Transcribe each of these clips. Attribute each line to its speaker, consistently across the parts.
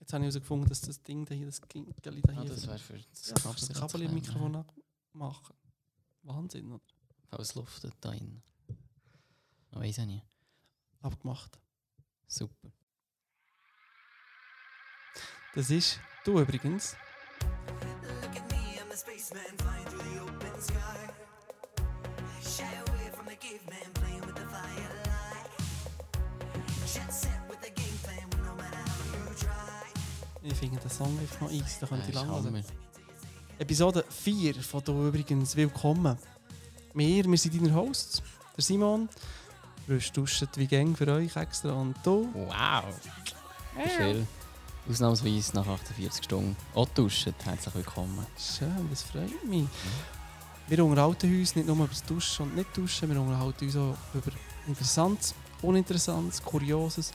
Speaker 1: Jetzt habe ich herausgefunden, dass das Ding da hier, das Ginkeli da hier,
Speaker 2: Ah, das
Speaker 1: für-
Speaker 2: wäre für das
Speaker 1: das
Speaker 2: Kabel
Speaker 1: kannst du das
Speaker 2: zu
Speaker 1: Kabel im
Speaker 2: klein,
Speaker 1: Mikrofon abmachen. Wahnsinn, oder?
Speaker 2: ja. Weil es luftet da innen. Ich weiß ja nicht.
Speaker 1: Abgemacht.
Speaker 2: Super.
Speaker 1: Das ist du übrigens.
Speaker 3: Look at me, I'm a spaceman flying through the open sky. Shy away from the caveman playing with the firelight. Jet set with the game plan, well, no matter how you try.
Speaker 1: Ich finde den Song einfach noch eins, da könnte
Speaker 2: Äh,
Speaker 1: ich
Speaker 2: ist
Speaker 1: lang hören.
Speaker 2: Hammer.
Speaker 1: Episode 4 von hier übrigens. Willkommen. Wir, wir sind deine Hosts. Der Simon. Rüst duschen wie Gang für euch extra. Und du.
Speaker 2: Wow! Viel. Ausnahmsweise nach 48 Stunden. Auch duschen. Herzlich willkommen.
Speaker 1: Schön, das freut mich. Wir unterhalten uns nicht nur über das Duschen und nicht Duschen, wir unterhalten uns auch über Interessantes, Uninteressantes, Kurioses.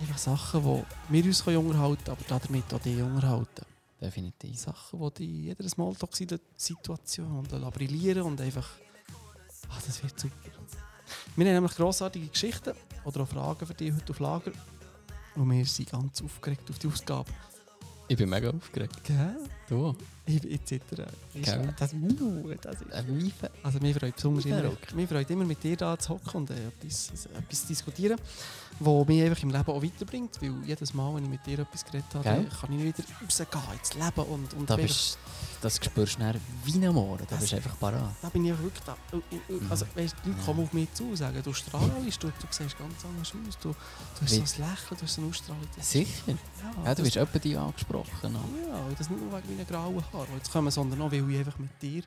Speaker 1: Einfach Sachen, die wir uns können unterhalten können, aber damit auch die unterhalten.
Speaker 2: Definitiv.
Speaker 1: Sachen, die dich in jeder Smalltalk-Situation brillieren und einfach. Ah, das wird super. Wir haben nämlich grossartige Geschichten oder auch Fragen für dich heute auf Lager. Und wir sind ganz aufgeregt auf die Ausgabe.
Speaker 2: Ich bin mega aufgeregt.
Speaker 1: Gell?
Speaker 2: Du?
Speaker 1: Ich, ich zittere.
Speaker 2: Gell?
Speaker 1: Das, uh, das ist.
Speaker 2: Ein Miefe.
Speaker 1: Also mir freut besonders immer,
Speaker 2: Verrückt.
Speaker 1: mir freut immer mit dir da zu hocken und äh, etwas, etwas zu diskutieren, was mich einfach im Leben auch weiterbringt, weil jedes Mal, wenn ich mit dir etwas geredet habe,
Speaker 2: Gell?
Speaker 1: dann kann ich wieder rausgehen ins Leben und, und
Speaker 2: Da
Speaker 1: einfach-
Speaker 2: bist, das spürst du dann wie am Morgen. Da
Speaker 1: Das-
Speaker 2: bist du einfach parat.
Speaker 1: da bin ich einfach wirklich da. Also,
Speaker 2: Mhm.
Speaker 1: weißt, die Leute kommen auf mich zu und sagen, du strahlst, du, du siehst ganz anders aus, du, du hast so
Speaker 2: Wie?
Speaker 1: ein Lächeln, du hast so eine Ausstrahlung. Das-
Speaker 2: Sicher. Ja, du
Speaker 1: das-
Speaker 2: bist etwa die angesprochen. noch.
Speaker 1: Ja, und das nicht nur wegen meiner grauen Haare, die jetzt kommen, sondern auch, weil ich einfach mit dir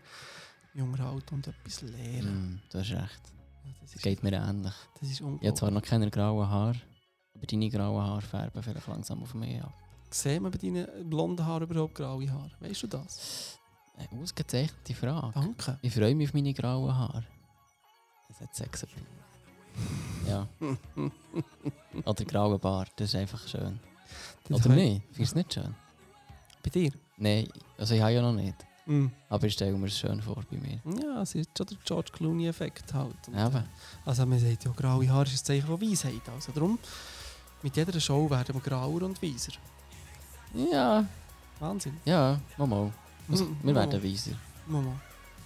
Speaker 1: junger alt und etwas lehre.
Speaker 2: Mm, du hast recht.
Speaker 1: Ja, das,
Speaker 2: Es
Speaker 1: ist,
Speaker 2: geht mir ähnlich.
Speaker 1: das ist
Speaker 2: Ich habe
Speaker 1: unglaublich.
Speaker 2: zwar noch keine grauen Haare, aber deine grauen Haare färben vielleicht langsam auf mich ab.
Speaker 1: Sieht man bei deinen blonden Haaren überhaupt graue Haare? Weißt du das?
Speaker 2: Eine ausgezeichnete Frage.
Speaker 1: Danke.
Speaker 2: Ich freue mich auf meine grauen Haare. Es hat Sex appeal. Ja. Oder graue Bart, das ist einfach schön. Oder
Speaker 1: kann-
Speaker 2: nicht? Findest du es nicht schön?
Speaker 1: Bei dir?
Speaker 2: Nein, also ich habe ja noch nicht.
Speaker 1: Mm.
Speaker 2: Aber ich stelle mir es schön vor bei mir.
Speaker 1: Ja, es ist schon der George Clooney-Effekt halt. Und,
Speaker 2: Eben.
Speaker 1: Also man sagt ja, graue Haare ist ein Zeichen von Weisheit. Also darum, mit jeder Show werden wir grauer und weiser.
Speaker 2: Ja,
Speaker 1: Wahnsinn.
Speaker 2: ja, mal mal. Also,
Speaker 1: Mhm,
Speaker 2: wir
Speaker 1: mal
Speaker 2: werden weiser.
Speaker 1: Mama,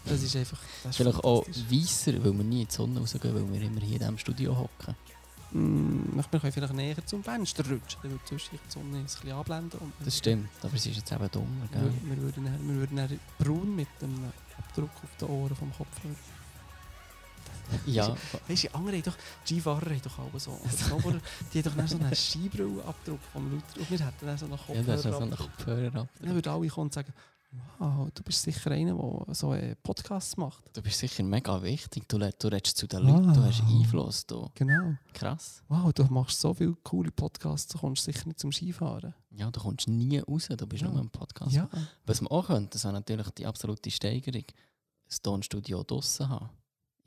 Speaker 1: das ist einfach... Das ist
Speaker 2: Vielleicht auch
Speaker 1: fantastisch.
Speaker 2: weiser, weil wir nie in die Sonne rausgehen, weil wir immer hier in diesem Studio hocken.
Speaker 1: Mm, wir können vielleicht näher zum Fenster rutschen, dann würde sonst die Sonne uns ein bisschen abblenden. Und
Speaker 2: Das stimmt, aber es ist jetzt eben dummer,
Speaker 1: Wir,
Speaker 2: gell?
Speaker 1: wir, würden dann, wir würden dann braun mit dem Abdruck auf den Ohren vom Kopf hören.
Speaker 2: Ja,
Speaker 1: Weißt du, die anderen haben doch, die Skifahrer haben doch alle so. Und die Snowboarder, die haben doch dann so einen Skibrillabdruck vom eh, Luther. Und wir hätten dann so einen
Speaker 2: ja das ist so
Speaker 1: Kopfhörer.
Speaker 2: ein
Speaker 1: Ja,
Speaker 2: Kopfhörer ab.
Speaker 1: dann würden alle kommen und sagen, wow, du bist sicher einer, der so äh, Podcasts macht.
Speaker 2: Du bist sicher mega wichtig. Du, le- du redest zu den
Speaker 1: Wow.
Speaker 2: Leuten, du hast Einfluss. Du.
Speaker 1: Genau.
Speaker 2: Krass.
Speaker 1: Wow, du machst so viele coole Podcasts, du kommst sicher nicht zum Skifahren.
Speaker 2: Ja, du kommst nie raus, du bist
Speaker 1: Ja.
Speaker 2: nur im Podcast.
Speaker 1: Ja.
Speaker 2: Was man auch könnte, das wäre natürlich die absolute Steigerung, ein Tonstudio draussen haben.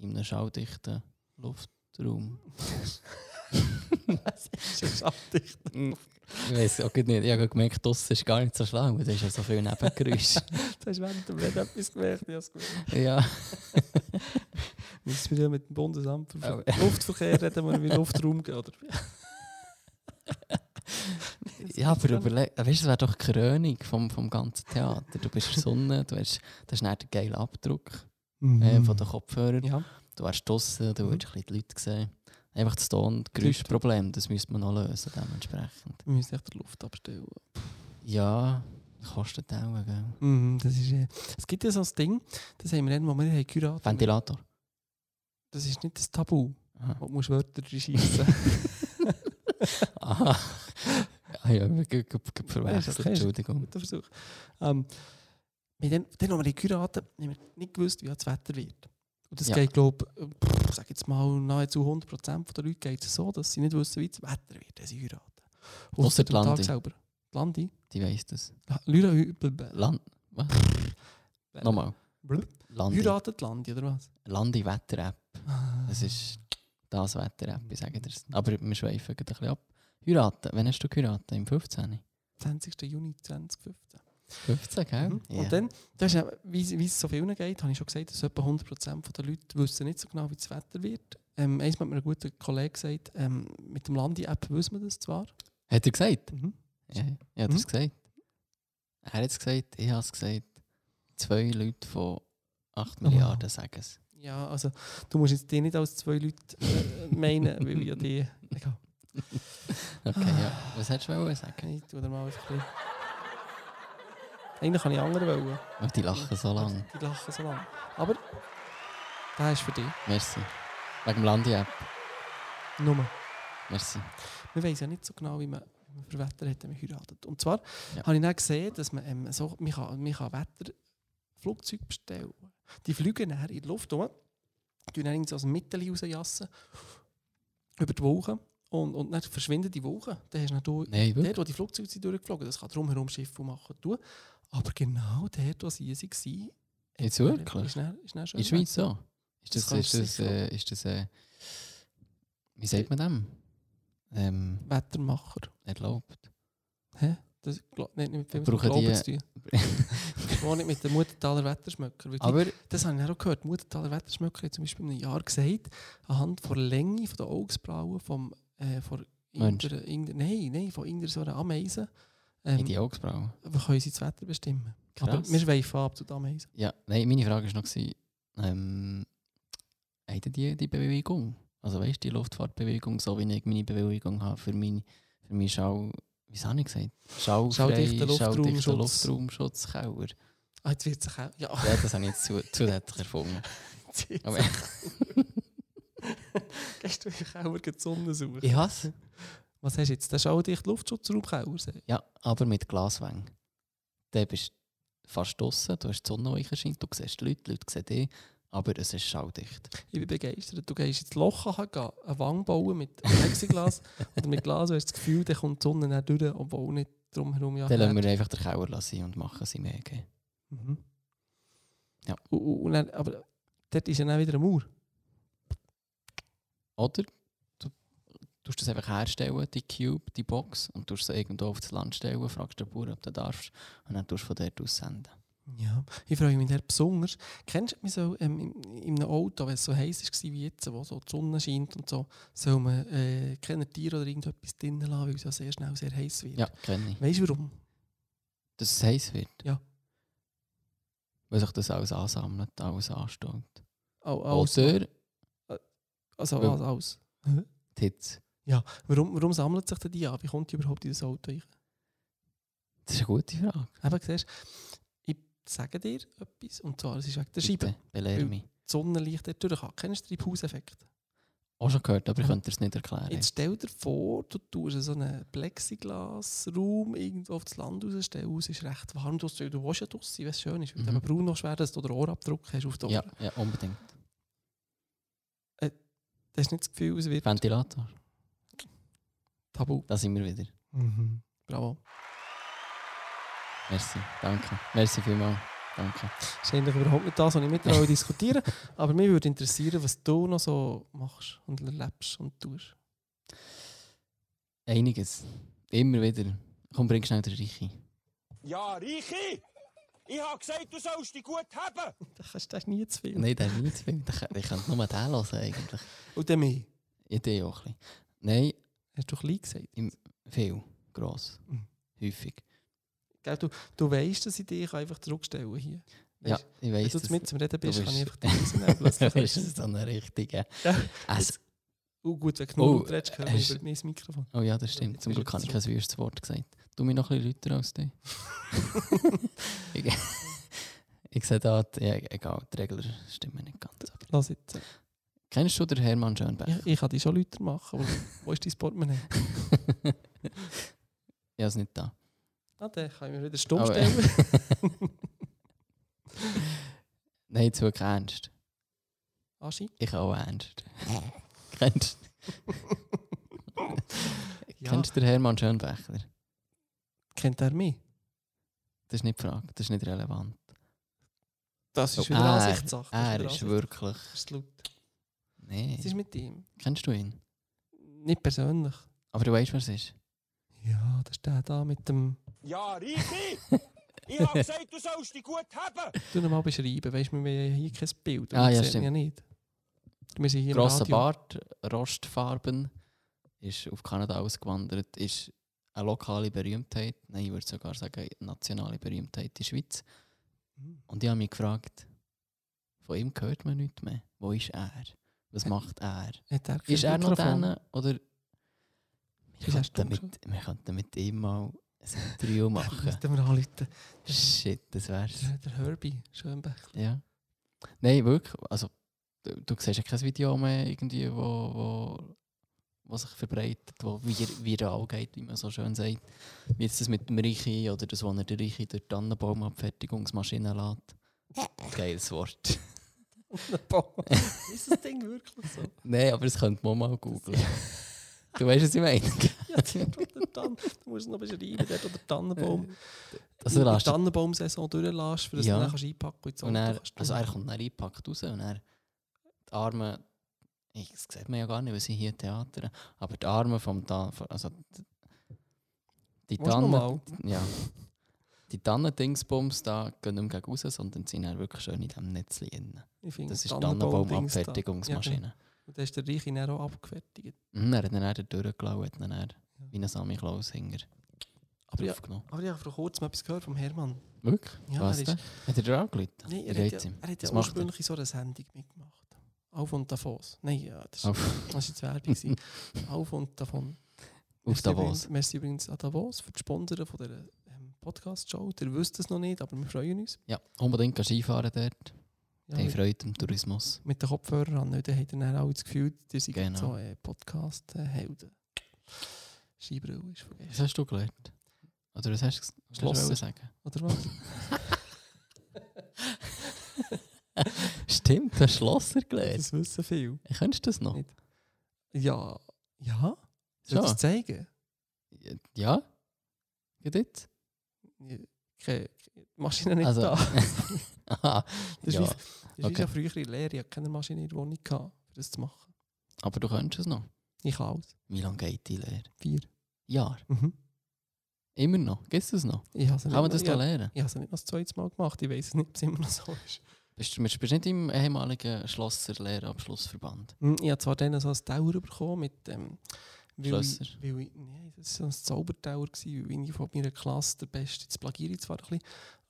Speaker 2: In einem schaudichten Luftraum.
Speaker 1: Das ist ja schattig.
Speaker 2: ich weiß auch nicht, ich habe gemerkt, draussen ist gar nicht so schlau, weil da ist ja so viel Nebengeräusche.
Speaker 1: Du hast während dem Reden etwas gemerkt, ich habe es gemerkt.
Speaker 2: ja.
Speaker 1: Müssen wir ja mit dem Bundesamt für
Speaker 2: Oh.
Speaker 1: Luftverkehr reden, wo wir in den Luftraum gehen, oder?
Speaker 2: Ja, aber überleg, weißt du, das wäre doch die Krönung vom, vom ganzen Theater. Du bist in der Sonne, du hast, das ist dann der geile Abdruck äh,
Speaker 1: Mm.
Speaker 2: von den Kopfhörern.
Speaker 1: Ja.
Speaker 2: Du wärst draussen, du
Speaker 1: Mhm.
Speaker 2: würdest ein bisschen die Leute sehen. Einfach das Ton- und
Speaker 1: Die Leute.
Speaker 2: Geräuschproblem, das müsste man noch lösen dementsprechend.
Speaker 1: Wir müssen echt die Luft abstellen.
Speaker 2: Ja, kostet auch, gell?
Speaker 1: Mhm, das ist, äh, es gibt ja so ein Ding, das haben wir dann, wo wir haben geheiratet haben.
Speaker 2: Ventilator.
Speaker 1: Das ist nicht das Tabu,
Speaker 2: Aha.
Speaker 1: wo du musst Wörter reinschiessen
Speaker 2: Aha. Ah ja, ich habe
Speaker 1: Weißt du, das
Speaker 2: verwechselt,
Speaker 1: kennst du.
Speaker 2: Entschuldigung.
Speaker 1: Guter Versuch. Ähm, wir dann, dann, als wir geheiratet haben, haben wir nicht gewusst, wie das Wetter wird. Und das
Speaker 2: Ja.
Speaker 1: geht, glaube ich, sag jetzt mal, nahezu 100% der Leute geht es so, dass sie nicht wissen, wie das Wetter wird, wenn sie heiraten.
Speaker 2: Ausser die
Speaker 1: am Tag
Speaker 2: Landi.
Speaker 1: selber. Die Landi?
Speaker 2: Die weiss das.
Speaker 1: La- Lyra hü- bl- bl-
Speaker 2: Land... Was? Nochmal.
Speaker 1: bl-
Speaker 2: Landi.
Speaker 1: Heiratet die Landi, oder was?
Speaker 2: Landi-Wetter-App. Das ist das Wetter-App, ich sage dir das. Aber wir schweifen gerade ein bisschen ab. Heiraten. Wann hast du geheiratet? Im
Speaker 1: Mhm.
Speaker 2: 15?
Speaker 1: 20. Juni 2015.
Speaker 2: 15, gell?
Speaker 1: Mhm.
Speaker 2: Ja.
Speaker 1: Und dann, das ist, eben, wie wie es so vielen geht, habe ich schon gesagt, dass etwa 100% der Leute wissen nicht so genau, wie das Wetter wird. Ähm, ehm, eins hat mir ein guter Kollege gesagt, ähm, mit dem Landi-App wissen wir das zwar.
Speaker 2: Hat er gesagt? Ja, ich habe das
Speaker 1: Hm?
Speaker 2: gesagt. Er hat es gesagt, ich habe es gesagt. Zwei Leute von 8
Speaker 1: Wow.
Speaker 2: Milliarden sagen es.
Speaker 1: Ja, also du musst jetzt die nicht als zwei Leute äh, meinen, weil wir die. Egal.
Speaker 2: Okay,
Speaker 1: Ah.
Speaker 2: ja. Was hättest du wollen sagen?
Speaker 1: Ich tue dir mal einfach ein bisschen. Eigentlich kann ich andere wollen.
Speaker 2: Und Oh, die lachen so lange.
Speaker 1: Die lachen so lange. Aber das ist für dich.
Speaker 2: Merci. Wegen dem Landi-App.
Speaker 1: Nummer.
Speaker 2: Merci.
Speaker 1: Man weiß ja nicht so genau, wie man, wie man für Wetter hat, wenn man heiratet. Und zwar
Speaker 2: Ja.
Speaker 1: habe ich dann gesehen, dass man, ähm, so, man, kann, man kann Wetterflugzeuge bestellen Die fliegen nachher in die Luft rum, tun dann irgendwie so aus dem Mittel rausjassen, über die Wolken. Und, und dann verschwinden die Wolken. Dann hast du dann du-
Speaker 2: Nein, wirklich?
Speaker 1: dort, wo die Flugzeuge sind durchgeflogen das kann drumherum Schiffe machen. Du. Aber genau dort, wo sie waren,
Speaker 2: Jetzt wirklich?
Speaker 1: Ist dann, ist dann schön
Speaker 2: In der Schweiz so? Ist
Speaker 1: Das
Speaker 2: das,
Speaker 1: kann
Speaker 2: ist
Speaker 1: ich
Speaker 2: das,
Speaker 1: sicher.
Speaker 2: äh, ist das äh, wie sagt man dem? Ähm,
Speaker 1: Wettermacher.
Speaker 2: erlaubt.
Speaker 1: Das gla- nicht mit dem
Speaker 2: Brauchen
Speaker 1: Glauben
Speaker 2: die- äh,
Speaker 1: zu tun. Auch nicht mit den Muttentaler Wetterschmöcker. Weil die-
Speaker 2: Aber
Speaker 1: Das habe ich dann auch gehört. Die Mutter Wetterschmöcker hat zum Beispiel in einem Jahr gesagt, anhand der Länge der Augsbrauen vom äh, von
Speaker 2: Mensch.
Speaker 1: irgendeiner- irgendeiner- nein, nein, von irgendeiner so einer Ameise, ähm,
Speaker 2: in die Augsbrauen.
Speaker 1: wir können sie das Wetter bestimmen. Aber
Speaker 2: Krass.
Speaker 1: wir schweifen ab zu den Ameisen.
Speaker 2: Ja, nein, meine Frage war noch, gewesen, ähm, haben die die Bewegung? Also weißt du, die Luftfahrtbewegung, so wie ich meine Bewegung habe für meinen für mein Schau... Wie habe ich gesagt? Schau
Speaker 1: Schaudichter Luftraumschutz.
Speaker 2: Luftraumschutzkeller.
Speaker 1: Ah, jetzt wird sich auch... Ja,
Speaker 2: Ja, das habe ich jetzt zu- zusätzlich erfunden.
Speaker 1: jetzt wird
Speaker 2: Aber-
Speaker 1: sich- Gehst du euch auch die Sonne suchen?
Speaker 2: Ich hasse
Speaker 1: Was hast du jetzt? Der schaudicht Luftschutzraumkeller?
Speaker 2: Ja, aber mit Glaswängen. Dann bist du fast draussen, du hast die Sonne, die scheint, du siehst die Leute, die Leute sehen dich, aber es ist schaudicht.
Speaker 1: Ich bin begeistert. Du gehst ins Loch rein, geh eine Wange bauen mit Plexiglas oder mit Glas, du hast das Gefühl, dann kommt die Sonne dann durch, obwohl nicht drumherum Ah, ja
Speaker 2: Dann lassen wir einfach den Keller lassen und machen sie mehr. gell?
Speaker 1: Mhm.
Speaker 2: Ja.
Speaker 1: Und, und und dann, aber dort ist ja dann wieder ein Mauer.
Speaker 2: Oder du tust das einfach herstellen, die Cube, die Box, und tust sie irgendwo auf das Land stellen, fragst den Bauern, ob du darfst, und dann tust du von dort aus senden.
Speaker 1: Ja. Ich freue mich dann besonders. Kennst du mich so ähm, in, in einem Auto, wenn es so heiß war wie jetzt, wo so die Sonne scheint und so, soll man äh, keine Tiere oder irgendetwas drinnen lassen, weil es ja sehr schnell sehr heiß wird.
Speaker 2: Ja, kenne ich.
Speaker 1: Weißt du warum?
Speaker 2: Dass es heiß wird.
Speaker 1: Ja.
Speaker 2: Weil sich das alles ansammelt, alles anstaut.
Speaker 1: Au- Alles,
Speaker 2: Oder
Speaker 1: also
Speaker 2: Weil-
Speaker 1: alles, alles.
Speaker 2: die Hitze.
Speaker 1: Warum, warum sammelt sich denn die an? Wie kommt die überhaupt in das Auto rein?
Speaker 2: Das ist eine gute Frage.
Speaker 1: Eben, siehst du, ich sage dir etwas, und zwar, es ist wegen der Scheibe.
Speaker 2: Bitte, belehre
Speaker 1: Weil-
Speaker 2: mich.
Speaker 1: Die Sonne liegt dort durch. Kennst du den Pause-Effekt?
Speaker 2: Ah, Auch schon gehört, aber ich könnte es nicht erklären.
Speaker 1: Jetzt stell dir vor, du tust so einen Plexiglasraum irgendwo auf das Land raus, stell aus, ist recht warm, du, du willst ja draussen, weil es schön ist, weil
Speaker 2: Mhm.
Speaker 1: mhm. braun noch schwer, dass du den Ohrabdruck hast auf die Ohren.
Speaker 2: ja, ja, unbedingt.
Speaker 1: Du hast nicht das Gefühl, es wird
Speaker 2: Ventilator,
Speaker 1: tabu.
Speaker 2: da sind wir wieder.
Speaker 1: Bravo.
Speaker 2: Merci, danke. Merci vielmals. Danke.
Speaker 1: Das ist eigentlich überhaupt nicht das, was ich mit dir wollte diskutieren aber mich würde interessieren, was du noch so machst und erlebst und tust.
Speaker 2: Einiges. Immer wieder. Komm, bring schnell den Reiche.
Speaker 4: Ja, Reichi! Ich hab gesagt, du sollst dich gut haben!
Speaker 1: Da kannst du nie zu viel.
Speaker 2: Nein, der ist nicht zu viel. Der- Ich könnte nur den hören eigentlich.
Speaker 1: Und dann mehr.
Speaker 2: Ich tue auch ein bisschen. Nein,
Speaker 1: Hast du klein gesagt?
Speaker 2: viel. Gross.
Speaker 1: Mhm.
Speaker 2: Häufig.
Speaker 1: Gell, du, du weißt, dass ich dich einfach zurückstellen kann hier.
Speaker 2: Ja,
Speaker 1: Weisst-
Speaker 2: ich
Speaker 1: Wenn
Speaker 2: weiss.
Speaker 1: du mit zum Reden bist,
Speaker 2: du
Speaker 1: kann ich einfach
Speaker 2: bist-
Speaker 1: dich rausnehmen.
Speaker 2: das
Speaker 1: Plötzlich
Speaker 2: ist so eine richtige.
Speaker 1: Ja.
Speaker 2: Es,
Speaker 1: Oh, gut, wenn du genug
Speaker 2: Oh,
Speaker 1: oh, redest, hören
Speaker 2: hast-
Speaker 1: wir über mein Mikrofon.
Speaker 2: oh ja, das stimmt.
Speaker 1: Jetzt
Speaker 2: Zum
Speaker 1: bist
Speaker 2: Glück
Speaker 1: du
Speaker 2: habe ich kein wüstes Wort gesagt. Du mir noch ein bisschen lauter als dich. ich, ich sehe da, die- ja, egal, die Regeln stimmen nicht ganz.
Speaker 1: Lass
Speaker 2: äh,
Speaker 1: jetzt.
Speaker 2: Kennst du den Hermann Schönberg?
Speaker 1: Ich, ich kann dich schon Leute machen, aber wo ist dein Portemonnaie?
Speaker 2: Ja, ist nicht da.
Speaker 1: Ah, den kann ich mir wieder stumm
Speaker 2: Aber-
Speaker 1: stellen.
Speaker 2: Nein, jetzt wirklich ernst.
Speaker 1: Aschi?
Speaker 2: Ich auch äh, ernst. Kennst,
Speaker 1: Ja,
Speaker 2: kennst du den Hermann Schönbächler?
Speaker 1: kennt er mich?
Speaker 2: Das ist nicht die Frage, das ist nicht relevant.
Speaker 1: Das ist
Speaker 2: Oh,
Speaker 1: wieder
Speaker 2: er-
Speaker 1: Ansichtssache. das
Speaker 2: Er
Speaker 1: wieder
Speaker 2: ist
Speaker 1: Ansichtssache.
Speaker 2: wirklich.
Speaker 1: Das ist laut. Was ist
Speaker 2: Nein.
Speaker 1: mit ihm?
Speaker 2: Kennst du ihn?
Speaker 1: Nicht persönlich.
Speaker 2: Aber du weißt, wer es ist.
Speaker 1: Ja, das ist der da mit dem...
Speaker 4: Ja, Reichi! Ich hab gesagt, du sollst dich gut haben!
Speaker 1: Du noch mal beschreiben, weißt du, wir haben hier kein Bild.
Speaker 2: Ah,
Speaker 1: wir sehen
Speaker 2: ja,
Speaker 1: ihn
Speaker 2: stimmt.
Speaker 1: ja nicht. Wir sind hier
Speaker 2: Grosser
Speaker 1: im Radio.
Speaker 2: Bart, Rostfarben, ist auf Kanada ausgewandert, ist eine lokale Berühmtheit, nein, ich würde sogar sagen, eine nationale Berühmtheit in der Schweiz.
Speaker 1: Mhm.
Speaker 2: Und ich habe mich gefragt, von ihm hört man nichts mehr. Wo ist er? Was macht er?
Speaker 1: Hat er kein
Speaker 2: Ist er noch
Speaker 1: Mikrofon?
Speaker 2: denen? Oder wir
Speaker 1: Ist er stumm
Speaker 2: könnten, mit, wir könnten mit ihm mal ein Interview machen.
Speaker 1: Müssten wir anrufen.
Speaker 2: Shit, das wär's.
Speaker 1: Der, der Herbie Schönbeck.
Speaker 2: Ja. Nein, wirklich. Also, du, du siehst ja kein Video mehr, irgendwie, wo, wo, wo sich verbreitet, wo vir viral geht, wie man so schön sagt. Wie jetzt das mit dem Reichi oder das, wo er den Reichi durch die Tannenbaumabfertigungsmaschine lässt. Geiles Wort.
Speaker 1: ist das Ding wirklich so?
Speaker 2: Nein, aber das könnte man mal googeln. Du weißt, was ich meine.
Speaker 1: Ja, dort, wo der Tann, du musst es noch beschreiben, dort, wo der Tannenbaum.
Speaker 2: Also,
Speaker 1: die
Speaker 2: lässt,
Speaker 1: Tannenbaumsaison durchlässt, für das
Speaker 2: Ja.
Speaker 1: du dann kannst einpacken kannst.
Speaker 2: und er, also er kommt dann eingepackt raus und er die Arme, ich, das sieht man ja gar nicht, weil sie hier theatern, aber die Arme vom Tan, von- also die- die Tannen,
Speaker 1: nochmal?
Speaker 2: ja, die Tannendingsbums da gehen nicht mehr gegen raus, sondern sind dann wirklich schön in diesem Netz drin.
Speaker 1: Ich finde,
Speaker 2: Das ist die
Speaker 1: Tannenbaum-Dings da. Ja,
Speaker 2: Tannenbaumabfertigungsmaschine.
Speaker 1: genau. Und da ist der Reiche dann auch abgefertigt.
Speaker 2: Mhm, Er hat dann dann durchgelassen, hat dann dann wie ein Sammy Klaus hinger
Speaker 1: Aber ja.
Speaker 2: draufgenommen.
Speaker 1: Aber ich habe vor kurzem etwas gehört vom Hermann.
Speaker 2: Wirklich?
Speaker 1: Ja,
Speaker 2: Was
Speaker 1: er ist-
Speaker 2: denn? Hat er dir auch gelitten?
Speaker 1: Nein,
Speaker 2: Wie
Speaker 1: er, hat
Speaker 2: geht's
Speaker 1: ja,
Speaker 2: ihm?
Speaker 1: er hat ja
Speaker 2: Was macht er?
Speaker 1: ursprünglich in so einer Sendung mitgemacht. Auf und Davos. Nein, ja, das war
Speaker 2: Auf,
Speaker 1: jetzt Werbung. gewesen. Auf und davon.
Speaker 2: auf
Speaker 1: Merci
Speaker 2: Davos.
Speaker 1: Übrigens, merci übrigens an Davos für die Sponsoren von dieser ähm, Podcast-Show. Ihr wisst es noch nicht, aber wir freuen uns.
Speaker 2: Ja, unbedingt gehen Skifahren dort.
Speaker 1: Ja,
Speaker 2: Die haben
Speaker 1: mit,
Speaker 2: Freude am Tourismus.
Speaker 1: mit den Kopfhörern an, nicht? dann habt ihr dann auch das Gefühl, ihr seid
Speaker 2: Genau.
Speaker 1: so äh, Podcast-Helden. Scheibrille ist
Speaker 2: Was
Speaker 1: vergessen.
Speaker 2: hast du gelernt? Oder was hast du was hast du
Speaker 1: Schlosser.
Speaker 2: sagen?
Speaker 1: Oder was?
Speaker 2: Stimmt, du hast Schlosser gelernt.
Speaker 1: das wissen viele.
Speaker 2: Kennst du das noch?
Speaker 1: Nicht. Ja. Ja? Soll
Speaker 2: Schon?
Speaker 1: ich das zeigen?
Speaker 2: Ja? Geht jetzt?
Speaker 1: Ja, Keine keine- die Maschine nicht
Speaker 2: Also,
Speaker 1: da.
Speaker 2: Aha,
Speaker 1: Das
Speaker 2: ja.
Speaker 1: ist Das war
Speaker 2: Okay.
Speaker 1: ja früher in der Lehre. Ich hatte keine Maschine in der Wohnung, gehabt, um das zu machen.
Speaker 2: Aber du kennst es noch.
Speaker 1: Ich kann alles.
Speaker 2: Wie lange geht die Lehre?
Speaker 1: Vier.
Speaker 2: Jahr.
Speaker 1: Mhm.
Speaker 2: Immer noch. Gibt es das noch?
Speaker 1: Ich habe es nicht,
Speaker 2: Kann man das
Speaker 1: noch-
Speaker 2: da lernen?
Speaker 1: ich habe es nicht noch das zweite Mal gemacht. Ich weiß es nicht, ob es immer noch so ist.
Speaker 2: Bist du bist du nicht im ehemaligen Schlosser-Lehrabschlussverband?
Speaker 1: Hm, Ich habe zwar dann so ein Tower bekommen mit ähm, weil ich,
Speaker 2: Schlösser.
Speaker 1: weil ich, nein, das war ein Zaubertower, gewesen, weil ich von meiner Klasse der Beste, das plagiere ich zwar ein bisschen,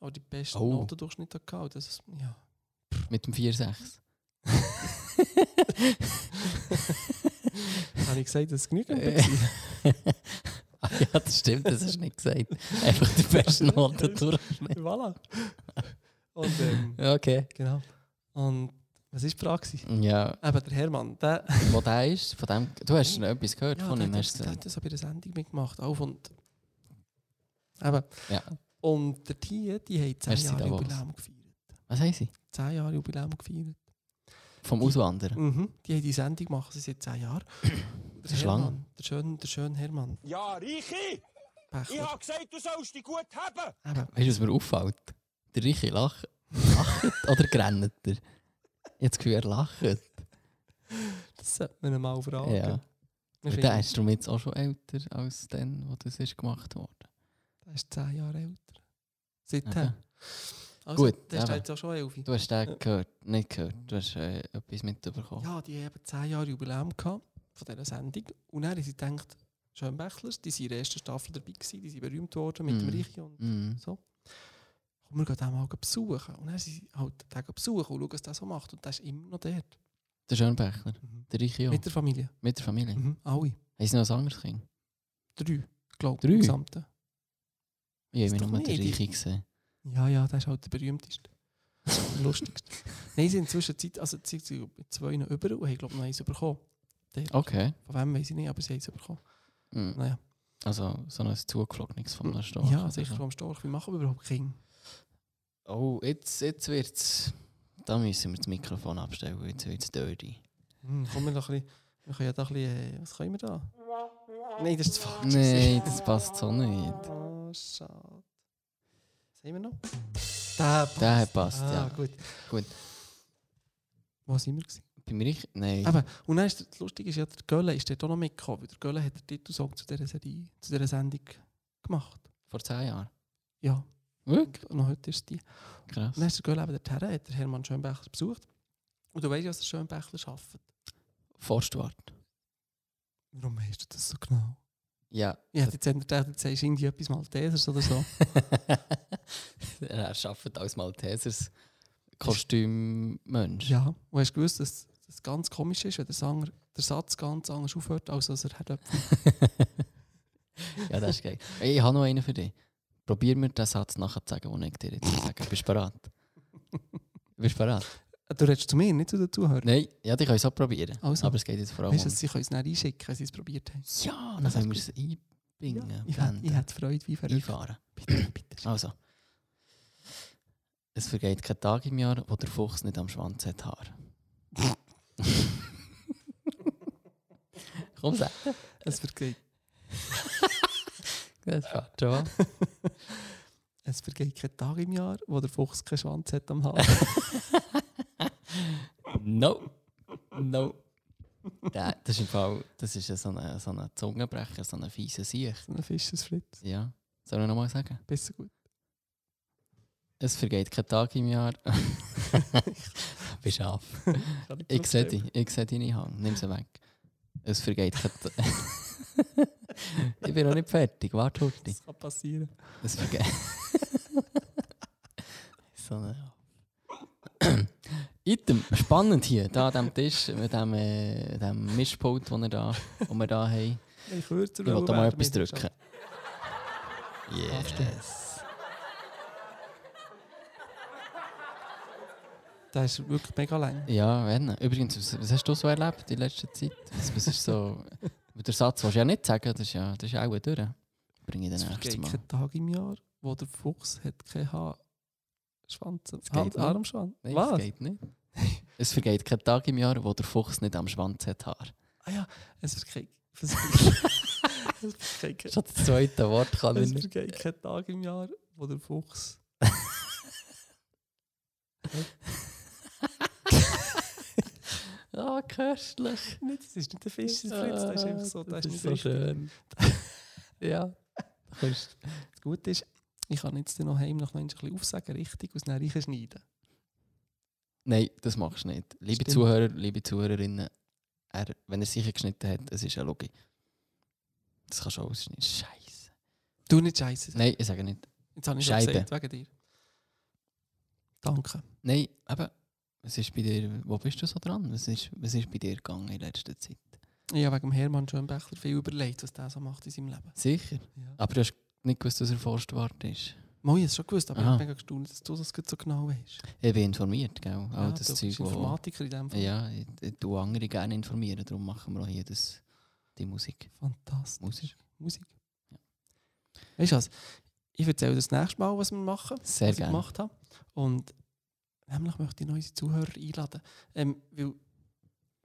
Speaker 1: aber die besten
Speaker 2: Oh.
Speaker 1: Notendurchschnitte hatte. und Das ist, ja.
Speaker 2: Mit dem 4-6.
Speaker 1: habe ich gesagt, das ist genügend.
Speaker 2: Äh. Ah ja, das stimmt, das hast du nicht gesagt. Einfach die besten Noten durchschnitt.
Speaker 1: voilà. Und, ähm,
Speaker 2: Okay.
Speaker 1: genau. Und was war die Frage? gewesen?
Speaker 2: Ja,
Speaker 1: Eben, der Hermann, der...
Speaker 2: wo der ist, von dem, du hast schon etwas gehört von
Speaker 1: der
Speaker 2: ihm,
Speaker 1: hat das-
Speaker 2: hast du
Speaker 1: der
Speaker 2: gesagt.
Speaker 1: hat das bei der Sendung mitgemacht. Auf und, eben.
Speaker 2: Ja.
Speaker 1: und der Tie, die haben 10
Speaker 2: Merci,
Speaker 1: Jahre
Speaker 2: Davos.
Speaker 1: Jubiläum gefeiert.
Speaker 2: Was haben sie?
Speaker 1: 10 Jahre Jubiläum gefeiert.
Speaker 2: Vom Auswandern.
Speaker 1: Mhm. Die haben die Sendung gemacht, sie seit 10 Jahren. Der
Speaker 2: ist lang.
Speaker 1: Hermann, der schöne, der schöne Hermann
Speaker 4: Ja, Reichi, ich
Speaker 1: Pechler.
Speaker 4: hab gesagt, du sollst dich gut haben.
Speaker 1: Eben,
Speaker 2: Weißt du, was mir auffällt? Der Reiche lacht. Lacht oder grennt er? Ich habe das Gefühl, er lacht.
Speaker 1: das sollte man ihn mal fragen.
Speaker 2: Ja.
Speaker 1: Wir
Speaker 2: Und
Speaker 1: finden,
Speaker 2: Der ist darum jetzt auch schon älter als dann, wo das ist gemacht wurde.
Speaker 1: der ist 10 Jahre älter. Seither.
Speaker 2: Eben.
Speaker 1: Also,
Speaker 2: Gut,
Speaker 1: der ist
Speaker 2: eben.
Speaker 1: jetzt auch schon 11.
Speaker 2: Du hast den gehört, nicht gehört. Du hast äh, etwas mitbekommen.
Speaker 1: Ja, die haben eben 10 Jahre Jubiläum gehabt von dieser Sendung. Und dann haben sie gedacht, Schönbächlers, die waren in der ersten Staffel dabei, gewesen, die sind berühmt worden mit
Speaker 2: Mhm.
Speaker 1: dem Reichi und
Speaker 2: Mhm.
Speaker 1: so. Komm, wir gehen den mal besuchen. Und dann sind sie halt den gehen besuchen und schauen, was der so macht. Und der ist immer noch dort.
Speaker 2: Der Schönbächler. Der Reiche
Speaker 1: Mit
Speaker 2: auch. Mit,
Speaker 1: der Familie.
Speaker 2: der Familie.
Speaker 1: Mhm. Alle.
Speaker 2: Haben sie noch ein anderes Kind?
Speaker 1: Drei, glaube ich.
Speaker 2: Drei?
Speaker 1: im Gesamten.
Speaker 2: Ich
Speaker 1: Ist
Speaker 2: habe
Speaker 1: doch
Speaker 2: immer nur den
Speaker 1: nicht.
Speaker 2: Reiche gesehen.
Speaker 1: Ja, ja, der ist halt der berühmteste. Der lustigste. Nein, sie sind inzwischen Zeit, also sie sind mit zwei noch über und haben, glaube ich, noch eins bekommen.
Speaker 2: Okay.
Speaker 1: Von wem weiß ich nicht, aber sie haben es bekommen.
Speaker 2: Mhm.
Speaker 1: Naja.
Speaker 2: Also so ein zugeflogenes von der Stadt.
Speaker 1: Ja, sicher vom Storch. Wie machen wir überhaupt King?
Speaker 2: Oh, jetzt, jetzt wird's. Da müssen wir das Mikrofon abstellen, jetzt wird's dirty.
Speaker 1: Hm, kommen wir noch ein bisschen. Wir können ja da ein bisschen. äh, Was können wir da? Nein, das ist falsch.
Speaker 2: Nein, das passt so nicht.
Speaker 1: Oh, schade. Was haben wir noch? Der passt.
Speaker 2: Der passt, ja.
Speaker 1: Ah, gut.
Speaker 2: Gut.
Speaker 1: Wo sind wir? Gewesen?
Speaker 2: Beim Rich? Nein.
Speaker 1: Eben, und dann ist, das Lustige ist ja, der Gölle ist dort auch noch mitgekommen, weil der Gölle hat den Titelsong zu dieser, Serie, zu dieser Sendung gemacht.
Speaker 2: Vor zehn Jahren.
Speaker 1: Ja,
Speaker 2: Wirklich?
Speaker 1: und noch heute ist die. Und
Speaker 2: Krass.
Speaker 1: dann ist der Gölle eben dorthin, hat der Hermann Schönbächler besucht. Und du weißt ja, was der Schönbächler schafft.
Speaker 2: Forstwart.
Speaker 1: Warum weißt du das so genau?
Speaker 2: Ja.
Speaker 1: Ich hätte jetzt eher gedacht, jetzt sagst du irgendwie etwas Maltesers oder so.
Speaker 2: er arbeitet als Maltesers Kostümmensch.
Speaker 1: Ja, und hast du gewusst, dass es ganz komisch ist, wenn der, Sanger, der Satz ganz anders aufhört, als dass er hat.
Speaker 2: Ja, das ist geil. Hey, Ich habe noch einen für dich. Probier mir den Satz nachher zu sagen, den ich dir jetzt sage. Bist du bereit? Bist du bereit?
Speaker 1: Du redest zu mir, nicht zu den Zuhörern.
Speaker 2: Nein, ja, die können es auch probieren.
Speaker 1: Also.
Speaker 2: Aber es geht jetzt vor allem
Speaker 1: Weißt du,
Speaker 2: um...
Speaker 1: sie können es nicht einschicken, wenn sie es probiert haben.
Speaker 2: Ja, dann können wir es einbringen.
Speaker 1: Ich hätte, ich
Speaker 2: blenden,
Speaker 1: hätte Freude wie verrückt.
Speaker 2: Einfahren.
Speaker 1: Bitte, bitte.
Speaker 2: Also. Es vergeht kein Tag im Jahr, wo der Fuchs nicht am Schwanz hat Haar. Komm, sag.
Speaker 1: Es vergeht,
Speaker 2: Das fährt schon.
Speaker 1: es vergeht kein Tag im Jahr, wo der Fuchs keinen Schwanz hat am Haar.
Speaker 2: No. No. Da, das ist im Fall, das ist so ein, so ein Zungenbrecher, so ein fieser Sieg.
Speaker 1: so ein Fisch ist Fritz.
Speaker 2: Ja. Soll ich nochmal sagen?
Speaker 1: Besser gut.
Speaker 2: Es vergeht kein Tag im Jahr. Bist ab.
Speaker 1: Kann
Speaker 2: Ich sehe
Speaker 1: trotzdem.
Speaker 2: dich, ich sehe deine Hand. Nimm sie weg. Es vergeht kein Tag. ich bin noch nicht fertig, warte heute.
Speaker 1: Das kann passieren.
Speaker 2: Es vergeht. so eine. Item, spannend hier, da an diesem Tisch, mit dem, äh, dem Mischpult, den wir da, wo wir da haben.
Speaker 1: Ich würde
Speaker 2: Ich will da mal etwas
Speaker 1: dus
Speaker 2: drücken. Yes.
Speaker 1: Das ist wirklich mega lang.
Speaker 2: Ja, wenn. Übrigens, was, was hast du so erlebt in letzter Zeit? Was, was ist so. Der Satz willst du ja nicht sagen, das ist ja, das ist ja auch durch. Bring ich
Speaker 1: Es
Speaker 2: den nächsten
Speaker 1: vergeht
Speaker 2: Mal.
Speaker 1: kein Tag im Jahr, wo der Fuchs hat keinen Haar. Schwanz.
Speaker 2: geht
Speaker 1: Hand,
Speaker 2: nicht.
Speaker 1: Armschwanz.
Speaker 2: Nein,
Speaker 1: Was?
Speaker 2: es geht nicht. Es vergeht kein Tag im Jahr, wo der Fuchs nicht am Schwanz hat Haar.
Speaker 1: Ah ja, es vergeht. Es vergeht- es vergeht kein-
Speaker 2: Schon das zweite Wort kann
Speaker 1: es
Speaker 2: ich nicht.
Speaker 1: vergeht kein Tag im Jahr, wo der Fuchs.
Speaker 2: Ah, köstlich. Ah,
Speaker 1: Nicht, das ist nicht der Fisch, das ist Fritz. Das ist einfach so. Das, ist nicht
Speaker 2: so
Speaker 1: richtig.
Speaker 2: schön. ja. Kannst-
Speaker 1: Das Gute ist, ich kann jetzt noch heim noch ein bisschen aufsagen, richtig, und dann reinschneiden.
Speaker 2: Nein, das machst du nicht. Liebe
Speaker 1: Stimmt.
Speaker 2: Zuhörer, liebe Zuhörerinnen, er, wenn er sicher geschnitten hat, es ist eine Logik. Das kannst du auch ausschneiden. Scheiße.
Speaker 1: Du nicht scheiße.
Speaker 2: Nein, ich sage nicht.
Speaker 1: Jetzt habe ich schon
Speaker 2: Scheibe.
Speaker 1: gesagt, wegen dir. Danke.
Speaker 2: Nein, aber was ist bei dir, wo bist du so dran? Was ist, was ist bei dir gegangen in letzter Zeit?
Speaker 1: Ich habe wegen dem Hermann Schönbächler viel überlegt, was der so macht in seinem Leben.
Speaker 2: Sicher.
Speaker 1: Ja.
Speaker 2: Aber du hast nicht gewusst, dass er Forstwart ist.
Speaker 1: Mal, ich habe es schon gewusst, aber ich
Speaker 2: Aha.
Speaker 1: bin mega gestaunt, dass du das gerade so genau weißt.
Speaker 2: Ich bin informiert, gell? All
Speaker 1: Ja,
Speaker 2: das
Speaker 1: du
Speaker 2: Zeug,
Speaker 1: bist
Speaker 2: wo-
Speaker 1: Informatiker in dem Fall.
Speaker 2: Ja, ich, ich tue andere gerne informieren, darum machen wir auch hier das, die Musik.
Speaker 1: Fantastisch.
Speaker 2: Musik.
Speaker 1: Musik.
Speaker 2: Ja.
Speaker 1: Weißt du was? Ich erzähle das nächste Mal, was wir machen,
Speaker 2: Sehr
Speaker 1: was ich
Speaker 2: gerne.
Speaker 1: gemacht habe. Und nämlich möchte ich noch unsere Zuhörer einladen. Ähm, weil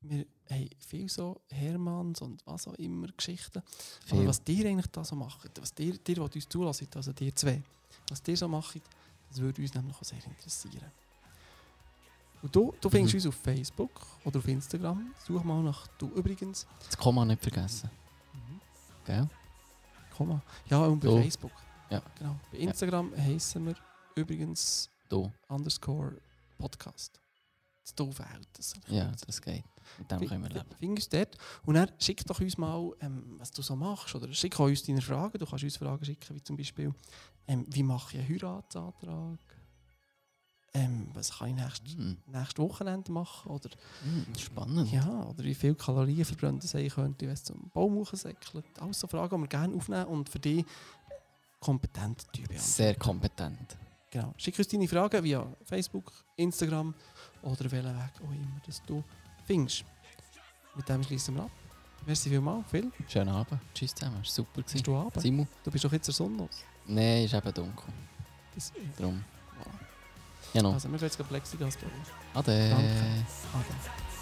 Speaker 1: wir haben viel so Hermanns und was auch immer Geschichten. Aber
Speaker 2: Viel.
Speaker 1: was ihr eigentlich da so macht, was ihr, ihr was uns zulässt, also ihr zwei, was ihr so macht, das würde uns nämlich auch sehr interessieren. Und du, du findest
Speaker 2: Mhm.
Speaker 1: uns auf Facebook oder auf Instagram. Such mal nach du übrigens.
Speaker 2: Das Komma nicht vergessen. Gell?
Speaker 1: Komma. Ja, und bei
Speaker 2: Du.
Speaker 1: Facebook.
Speaker 2: Ja.
Speaker 1: Genau. Bei Instagram heißen wir übrigens
Speaker 2: Du.
Speaker 1: underscore Podcast. Das doofe Haut. Das
Speaker 2: Ja, das geht. Mit dem
Speaker 1: Fi-
Speaker 2: können wir leben.
Speaker 1: fi- Findest du dort. Und dann schick doch uns mal, ähm, was du so machst. Oder schick auch uns deine Fragen. Du kannst uns Fragen schicken, wie zum Beispiel, ähm, wie mache ich einen Heiratsantrag? Ähm, was kann ich nächstes
Speaker 2: Hm,
Speaker 1: nächstes Wochenende machen? Oder,
Speaker 2: hm, Spannend.
Speaker 1: ja, oder wie viele Kalorien verbrannt es sein könnte, wenn es zum Baum hochsäckelt? Alles so Fragen, die wir gerne aufnehmen und für dich kompetent beantworten.
Speaker 2: Sehr kompetent.
Speaker 1: Genau. Schick uns deine Fragen via Facebook, Instagram oder welchen Weg auch immer das du findest. Mit dem schließen wir ab. Merci vielmals, Phil.
Speaker 2: Schönen Abend. Tschüss zusammen. Ist super
Speaker 1: Bist
Speaker 2: gewesen.
Speaker 1: du Abend?
Speaker 2: Simon?
Speaker 1: Du bist doch jetzt der Sonne los.
Speaker 2: Nein, ist eben dunkel.
Speaker 1: Das-
Speaker 2: Darum. Ja, noch.
Speaker 1: Also, wir können jetzt gleich Plexiglas bauen.
Speaker 2: Ade.
Speaker 1: Danke. Abend.